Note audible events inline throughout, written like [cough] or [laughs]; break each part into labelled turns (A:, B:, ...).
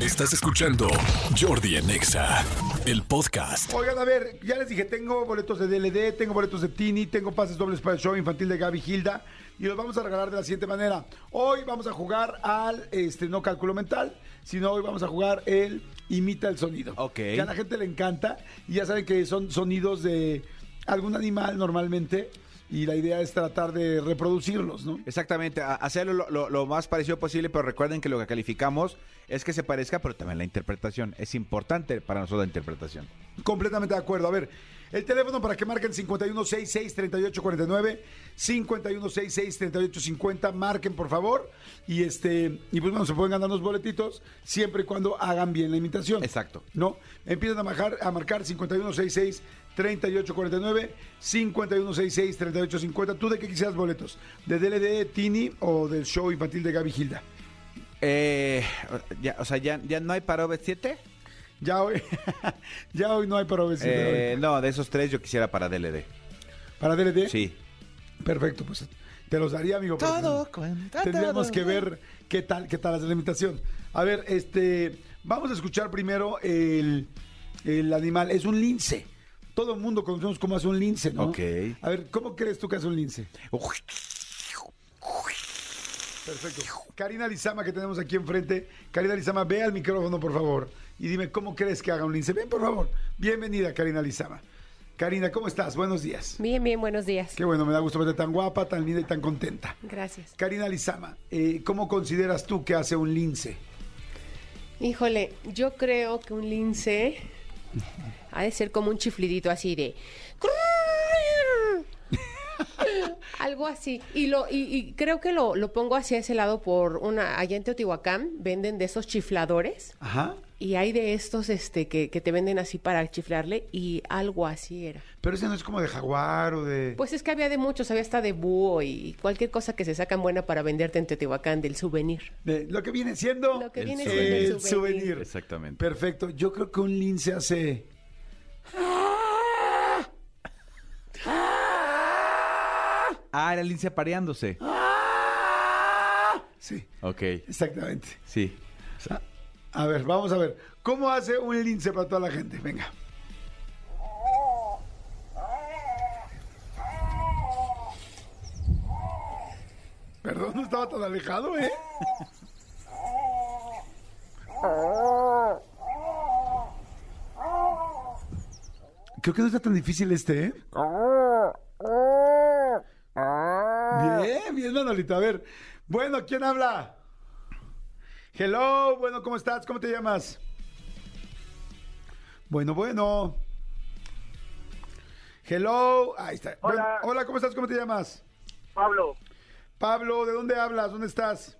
A: Estás escuchando Jordi en Exa, el podcast.
B: Oigan, a ver, ya les dije, tengo boletos de DLD, tengo boletos de Tini, tengo pases dobles para el show infantil de Gaby Gilda y los vamos a regalar de la siguiente manera. Hoy vamos a jugar al, este, no cálculo mental, sino hoy vamos a jugar el imita el sonido.
C: Ok.
B: Que a la gente le encanta y ya saben que son sonidos de algún animal normalmente y la idea es tratar de reproducirlos, ¿no?
C: Exactamente, a- hacerlo lo, lo- lo más parecido posible, pero recuerden que lo que calificamos es que se parezca, pero también la interpretación. Es importante para nosotros la interpretación.
B: Completamente de acuerdo. A ver, el teléfono para que marquen 5166-3849, 5166-3850, marquen por favor. Y este, y pues bueno, se pueden ganar los boletitos siempre y cuando hagan bien la imitación.
C: Exacto.
B: ¿No? Empiezan a marcar, a marcar 5166-3849, 5166-3850. ¿Tú de qué quisieras boletos? ¿De DLD, Tini o del show infantil de Gaby Gilda?
C: Eh, ya, o sea, ya, ya no hay para OV7.
B: Ya hoy, [laughs] ya hoy no hay para obesidad.
C: Eh, no, de esos tres yo quisiera para DLD.
B: ¿Para DLD?
C: Sí.
B: Perfecto, pues te los daría, amigo. pero
C: Todo
B: ten-
C: cuenta,
B: Tendríamos
C: todo.
B: que ver qué tal, qué tal hace la imitación. A ver, este, vamos a escuchar primero el, el animal. Es un lince. Todo el mundo conocemos cómo hace un lince, ¿no?
C: Ok.
B: A ver, ¿cómo crees tú que hace un lince? Perfecto. Karina Lizama, que tenemos aquí enfrente. Karina Lizama, ve al micrófono, por favor, y dime cómo crees que haga un lince. Ven, por favor. Bienvenida, Karina Lizama. Karina, ¿cómo estás? Buenos días.
D: Bien, bien, buenos días.
B: Qué bueno, me da gusto verte tan guapa, tan linda y tan contenta.
D: Gracias.
B: Karina Lizama, eh, ¿cómo consideras tú que hace un lince?
D: Híjole, yo creo que
B: [laughs]
D: un lince ha de ser como un chiflidito así de... Algo así. Y lo y, y creo que lo, lo pongo hacia ese lado por una... Allá en Teotihuacán venden de esos chifladores
B: Ajá.
D: y hay de estos este que, que te venden así para chiflarle y algo así era.
B: Pero ese no es como de jaguar o de...
D: Pues es que había de muchos, había hasta de búho y cualquier cosa que se sacan buena para venderte en Teotihuacán del souvenir.
B: de lo que viene siendo...
D: Lo que
C: El
D: viene
C: souvenir.
D: siendo el
B: el souvenir.
D: souvenir.
C: Exactamente.
B: Perfecto, yo creo que un lince hace...
C: Ah, era el lince apareándose.
B: Sí,
C: Ok,
B: exactamente.
C: sí.
B: A, a ver, vamos a ver. ¿Cómo hace un lince para toda la gente? Venga. Perdón, no estaba tan alejado, ¿eh? Creo que no está tan difícil este, ¿eh? Bien, bien, Manolito. A ver. Bueno, ¿quién habla? Hello, bueno, ¿cómo estás? ¿Cómo te llamas? Bueno, bueno. Hello, ahí está. Bueno,
E: Hola.
B: hola, ¿cómo estás? ¿Cómo te llamas?
E: Pablo,
B: Pablo, ¿de dónde hablas? ¿Dónde estás?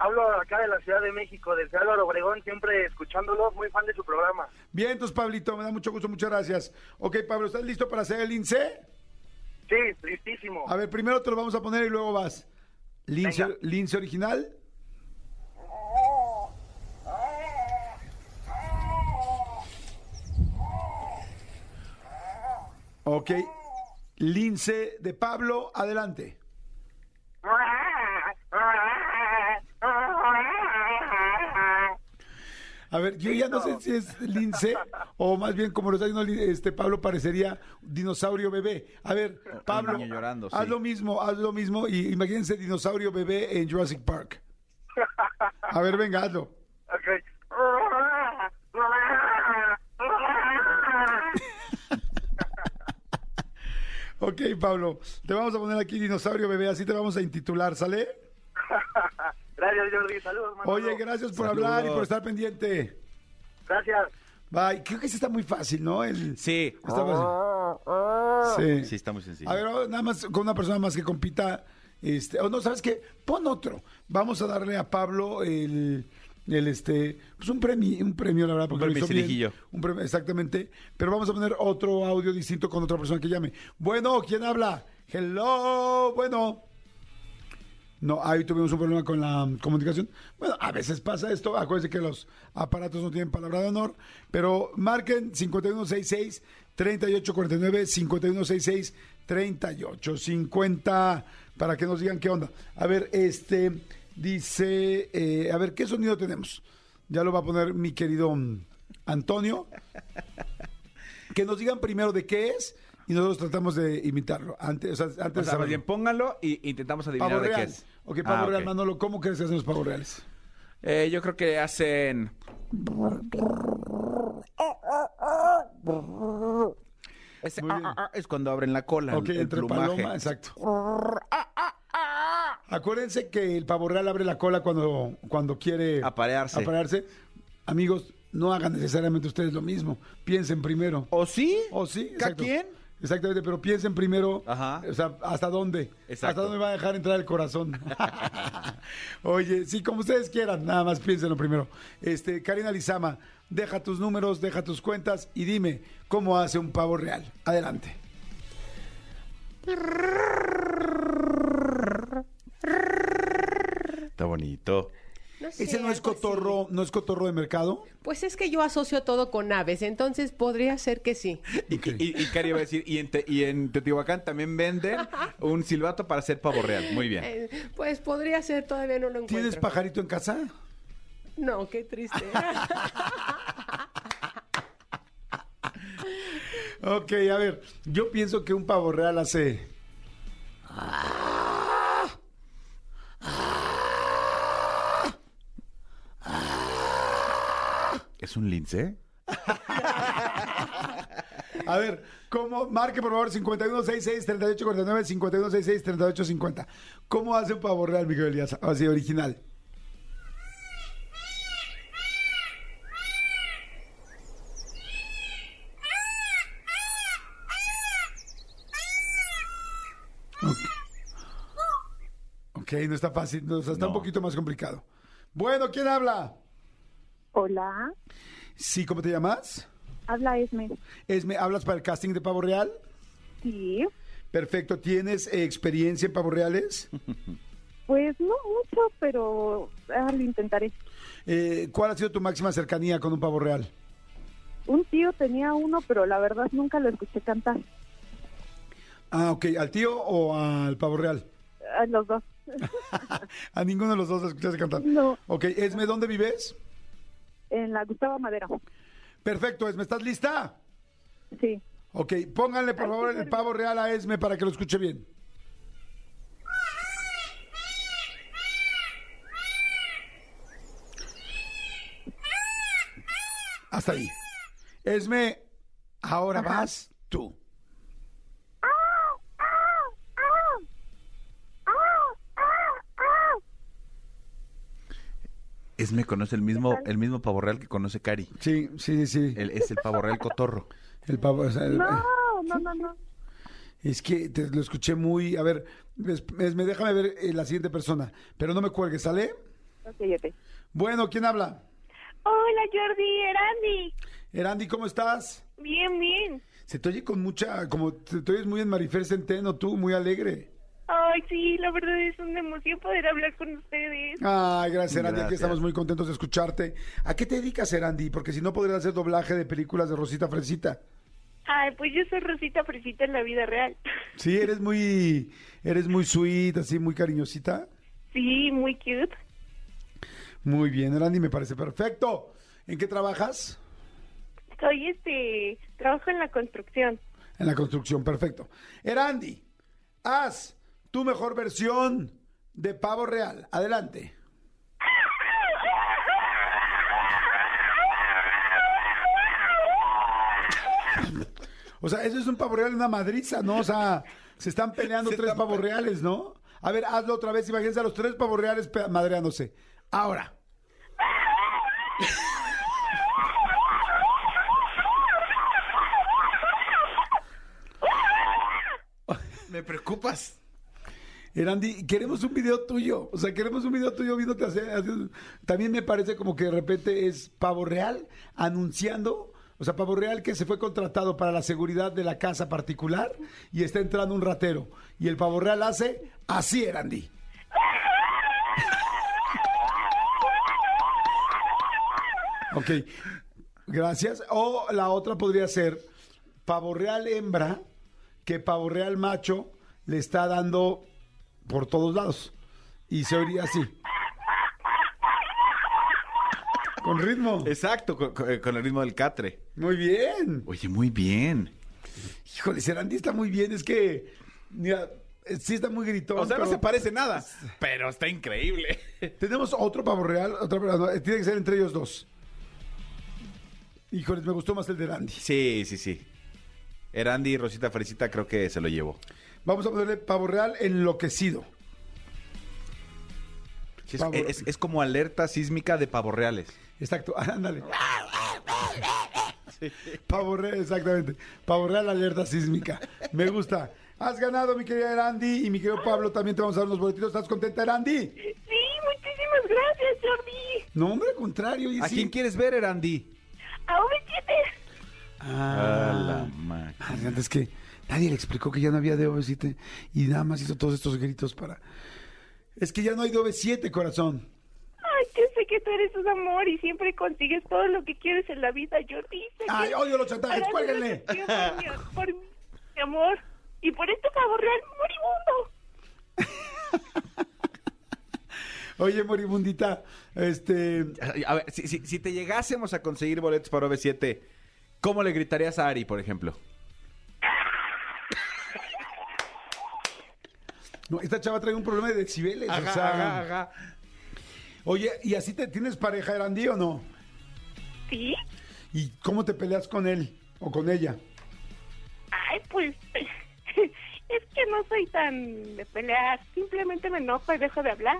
E: hablo acá de la Ciudad de México, desde Álvaro Obregón, siempre escuchándolo, muy fan de su programa.
B: Bien, entonces, Pablito, me da mucho gusto, muchas gracias. Ok, Pablo, ¿estás listo para hacer el lince?
E: Sí, listísimo.
B: A ver, primero te lo vamos a poner y luego vas. Lince,
E: Venga.
B: lince original. Ok. Lince de Pablo, adelante. A ver, yo ya no sé si es lince o más bien como lo está diciendo li- este Pablo parecería dinosaurio bebé. A ver,
C: un
B: Pablo,
C: niño llorando,
B: haz
C: sí.
B: lo mismo, haz lo mismo y imagínense dinosaurio bebé en Jurassic Park. A ver, venga, hazlo.
E: Ok.
B: Ok, Pablo, te vamos a poner aquí dinosaurio bebé, así te vamos a intitular, ¿sale?
E: Gracias, Jordi. Saludos, Manolo.
B: Oye, gracias por
C: Saludos.
B: hablar y por estar pendiente.
E: Gracias.
B: Bye. Creo que ese está muy fácil, ¿no? El...
C: Sí. Ah.
B: Está fácil.
C: Sí, está muy sencillo.
B: A ver, ahora nada más con una persona más que compita. Este, o no, ¿sabes qué? Pon otro. Vamos a darle a Pablo el, el este, pues un premio, un premio, la verdad, porque
C: Un
B: lo hizo
C: premicerijillo.
B: bien. Un premio, exactamente. Pero vamos a poner otro audio distinto con otra persona que llame. Bueno, ¿quién habla? Hello, bueno. No, ahí tuvimos un problema con la mm, comunicación. Bueno, a veces pasa esto. Acuérdense que los aparatos no tienen palabra de honor. Pero marquen 5166-3849, 5166-3850 para que nos digan qué onda. A ver, este dice, eh, a ver, ¿qué sonido tenemos? Ya lo va a poner mi querido mm, Antonio. Que nos digan primero de qué es y nosotros tratamos de imitarlo. Antes, o sea, antes de
C: O sea,
B: saberlo.
C: más bien póngalo y intentamos adivinar
B: Pavo
C: de
B: real.
C: qué es.
B: Ok, pavo
C: Ah,
B: real,
C: ok.
B: Manolo, ¿cómo crees que hacen los pavos reales?
C: Eh, yo creo que hacen. Ese
B: Muy bien.
C: ah, ah, ah, es cuando abren la cola.
B: ok,
C: el
B: entre
C: plumaje.
B: paloma, exacto. Acuérdense que el pavo real abre la cola cuando, cuando quiere
C: Aparearse.
B: aparearse. Amigos, no hagan necesariamente ustedes lo mismo. Piensen primero.
C: ¿O sí?
B: ¿O Oh, sí?
C: ¿Ca
B: exacto.
C: quién?
B: Exactamente, pero piensen primero,
C: Ajá.
B: o sea, hasta dónde,
C: Exacto.
B: hasta dónde va a dejar entrar el
C: [laughs]
B: corazón. Oye, sí, como ustedes quieran, nada más piénsenlo primero. Este, Karina Lizama, deja tus números, deja tus cuentas y dime cómo hace un pavo real. Adelante.
C: Está bonito.
D: No sé,
B: Ese no es
D: algo así.
B: cotorro, no es cotorro de mercado.
D: Pues es que yo asocio todo con aves, entonces podría ser que sí.
C: Y, y, y Cari iba a decir, y en, Te- y en Teotihuacán también venden un silbato para hacer pavo real. Muy bien.
D: Eh, pues podría ser, todavía no lo encuentro.
B: ¿Tienes pajarito en casa?
D: No, qué triste.
B: Ok, a ver, yo pienso que un pavo real hace.
C: ¿Es un lince?
B: A ver, ¿cómo? Marque por favor 5166-3849, 5166-3850. ¿Cómo hace un pavo real, Miguel Elías? Así, original. Ok, no está fácil, no, o sea, está un
C: No.
B: poquito más complicado. Bueno, ¿quién habla?
F: Hola,
B: Sí, ¿cómo te llamas?
F: habla Esme.
B: Esme, ¿hablas para el casting de pavo real?
F: Sí,
B: Perfecto. ¿Tienes eh, experiencia en pavos reales?
F: pues no mucho, pero ah, lo intentaré.
B: Eh, ¿Cuál ha sido tu máxima cercanía con un pavo real?
F: Un tío tenía uno, pero la verdad nunca lo escuché cantar.
B: Ah, ok. ¿Al tío o al pavo real?
F: A los dos.
B: A ninguno de los dos escuchaste cantar.
F: No.
B: Ok, Esme, ¿dónde vives?
F: En la Gustavo Madero.
B: Perfecto, Esme, ¿estás lista?
F: Sí.
B: Ok, pónganle por favor el pavo real a Esme para que lo escuche bien. Hasta ahí. Esme, ahora vas tú.
C: Es me conoce el mismo, el mismo pavo real que conoce Cari.
B: Sí, sí, sí.
C: El- es el pavo real cotorro.
B: El pavo. o sea, el- eh,
F: No, Ah, no, no, no.
B: Es que te- lo escuché muy. A ver, es- es- me déjame ver eh, la siguiente persona. Pero no me cuelgues, ¿sale?
F: Ok, ok.
B: Bueno, ¿quién habla?
G: Hola Jordi, Erandi.
B: Erandi, ¿cómo estás?
G: Bien, bien.
B: Se te oye con mucha. Como te, te oyes muy en Marifer Centeno, tú, muy alegre.
G: Ay, sí, la verdad es una emoción poder hablar con ustedes.
B: Ay, gracias, Erandi. Aquí
C: Gracias.
B: estamos muy contentos de escucharte. ¿A qué te dedicas, Erandi? Porque si no, podrías hacer doblaje de películas de Rosita Fresita.
G: Ay, pues yo soy Rosita Fresita en la vida real. [laughs]
B: Sí, eres muy. Eres muy sweet, así, muy cariñosita.
G: Sí, muy cute.
B: Muy bien, Erandi, me parece perfecto. ¿En qué trabajas?
G: Soy este, trabajo en la construcción.
B: En la construcción, perfecto. Erandi, haz tu mejor versión de pavo real. Adelante. O sea, eso es un pavo real, una madriza, ¿no? O sea, se están peleando tres pavos reales, ¿no? A ver, hazlo otra vez. Imagínense a los tres pavos reales pe- madreándose. Ahora.
C: Me preocupas.
B: Erandi, Eh, queremos un video tuyo. O sea, queremos un video tuyo viéndote hacer. hacer- También me parece como que de repente es Pavo Real anunciando. O sea, Pavo Real que se fue contratado para la seguridad de la casa particular y está entrando un ratero. Y el Pavo Real hace así, Erandi. Ok, gracias. O la otra podría ser Pavo Real hembra que Pavo Real macho le está dando por todos lados. Y se oiría así. Con ritmo.
C: Exacto, con, con- con el ritmo del catre.
B: Muy bien.
C: Oye, muy bien.
B: Híjole, Serandi está muy bien. Es que, mira, eh, sí está muy gritón.
C: O sea, no
B: pero-
C: se parece nada, pero está increíble.
B: Tenemos otro pavo real. Otra, no, eh, tiene que ser entre ellos dos. Híjole, me gustó más el de Randy.
C: Sí, sí, sí. Erandi y Rosita Fresita creo que se lo llevó.
B: Vamos a ponerle pavo real enloquecido.
C: Sí, es,
B: Pavo-
C: es- es como alerta sísmica de pavos reales.
B: Exacto, [laughs] ándale. Pavo real, exactamente. Pavo real, alerta sísmica. Me gusta. Has ganado, mi querida Erandi, y mi querido Pablo, también te vamos a dar unos boletitos. ¿Estás contenta, Erandi?
G: Sí, muchísimas gracias, Jordi.
B: No, hombre, al contrario. oye,
C: ¿A
B: sí.
C: quién quieres ver, Erandi?
G: A V7.
B: Ah,
C: ma-
B: madre, antes que nadie le explicó que ya no había DV7 y nada más hizo todos estos gritos para... Es que ya no hay DV7, corazón.
G: Ay, que sé que tú eres un amor y siempre consigues todo lo que quieres en la vida, Jordi. Sé que
B: ¡Ay, odio los chantajes!
G: harás
B: ¡Cuélguenle!
G: [laughs] lo que quieras Por mi, por mi amor y por este favor real moribundo.
B: Oye, moribundita, este...
C: A ver, si, si- si te llegásemos a conseguir boletos para OV7, ¿cómo le gritarías a Ari, por ejemplo?
B: No, esta chava trae un problema de decibeles. o sea, Oye, ¿y así te tienes pareja, Erandi, o no?
G: ¿Sí?
B: ¿Y cómo te peleas con él o con ella?
G: Ay, pues [laughs] es que no soy tan de pelear. Simplemente me enojo y dejo de hablar.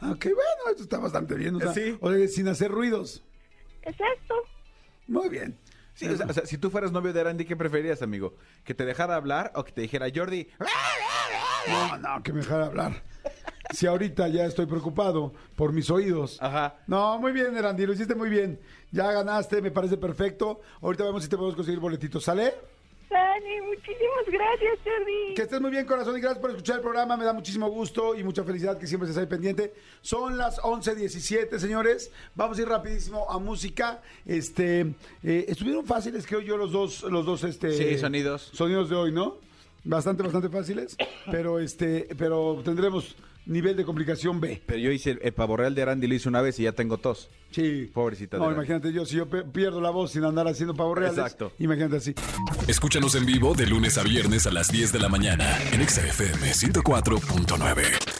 B: Aunque Ah, bueno, esto está bastante bien. O sea,
C: Sí.
B: o sea, sin hacer ruidos.
G: Exacto.
B: Muy bien.
C: Sí, o sea, o sea, si tú fueras novio de Erandi, ¿qué preferirías, amigo? ¿Que te dejara hablar o que te dijera, Jordi,
B: No, no, que me dejara hablar. Si ahorita ya estoy preocupado por mis oídos.
C: Ajá.
B: No, muy bien, Erandi, lo hiciste muy bien. Ya ganaste, me parece perfecto. Ahorita vemos si te podemos conseguir boletitos, ¿sale?
G: Dani, muchísimas gracias, Jordi.
B: Que estés muy bien, corazón, y gracias por escuchar el programa. Me da muchísimo gusto y mucha felicidad que siempre estés ahí pendiente. Son las 11.17, señores. Vamos a ir rapidísimo a música. Este, eh, estuvieron fáciles, creo yo, los dos, los dos, este...
C: Sí, sonidos.
B: Sonidos de hoy, ¿no? Bastante, bastante fáciles, pero este, pero tendremos nivel de complicación B.
C: Pero yo hice el, el pavo real de Arandi, lo hice una vez y ya tengo tos.
B: Sí.
C: Pobrecita de
B: No,
C: la-
B: imagínate yo, si yo pe- pierdo la voz sin andar haciendo pavos reales.
C: Exacto.
B: Imagínate así.
A: Escúchanos en vivo de lunes a viernes a las 10 de la mañana en Exa FM 104.9.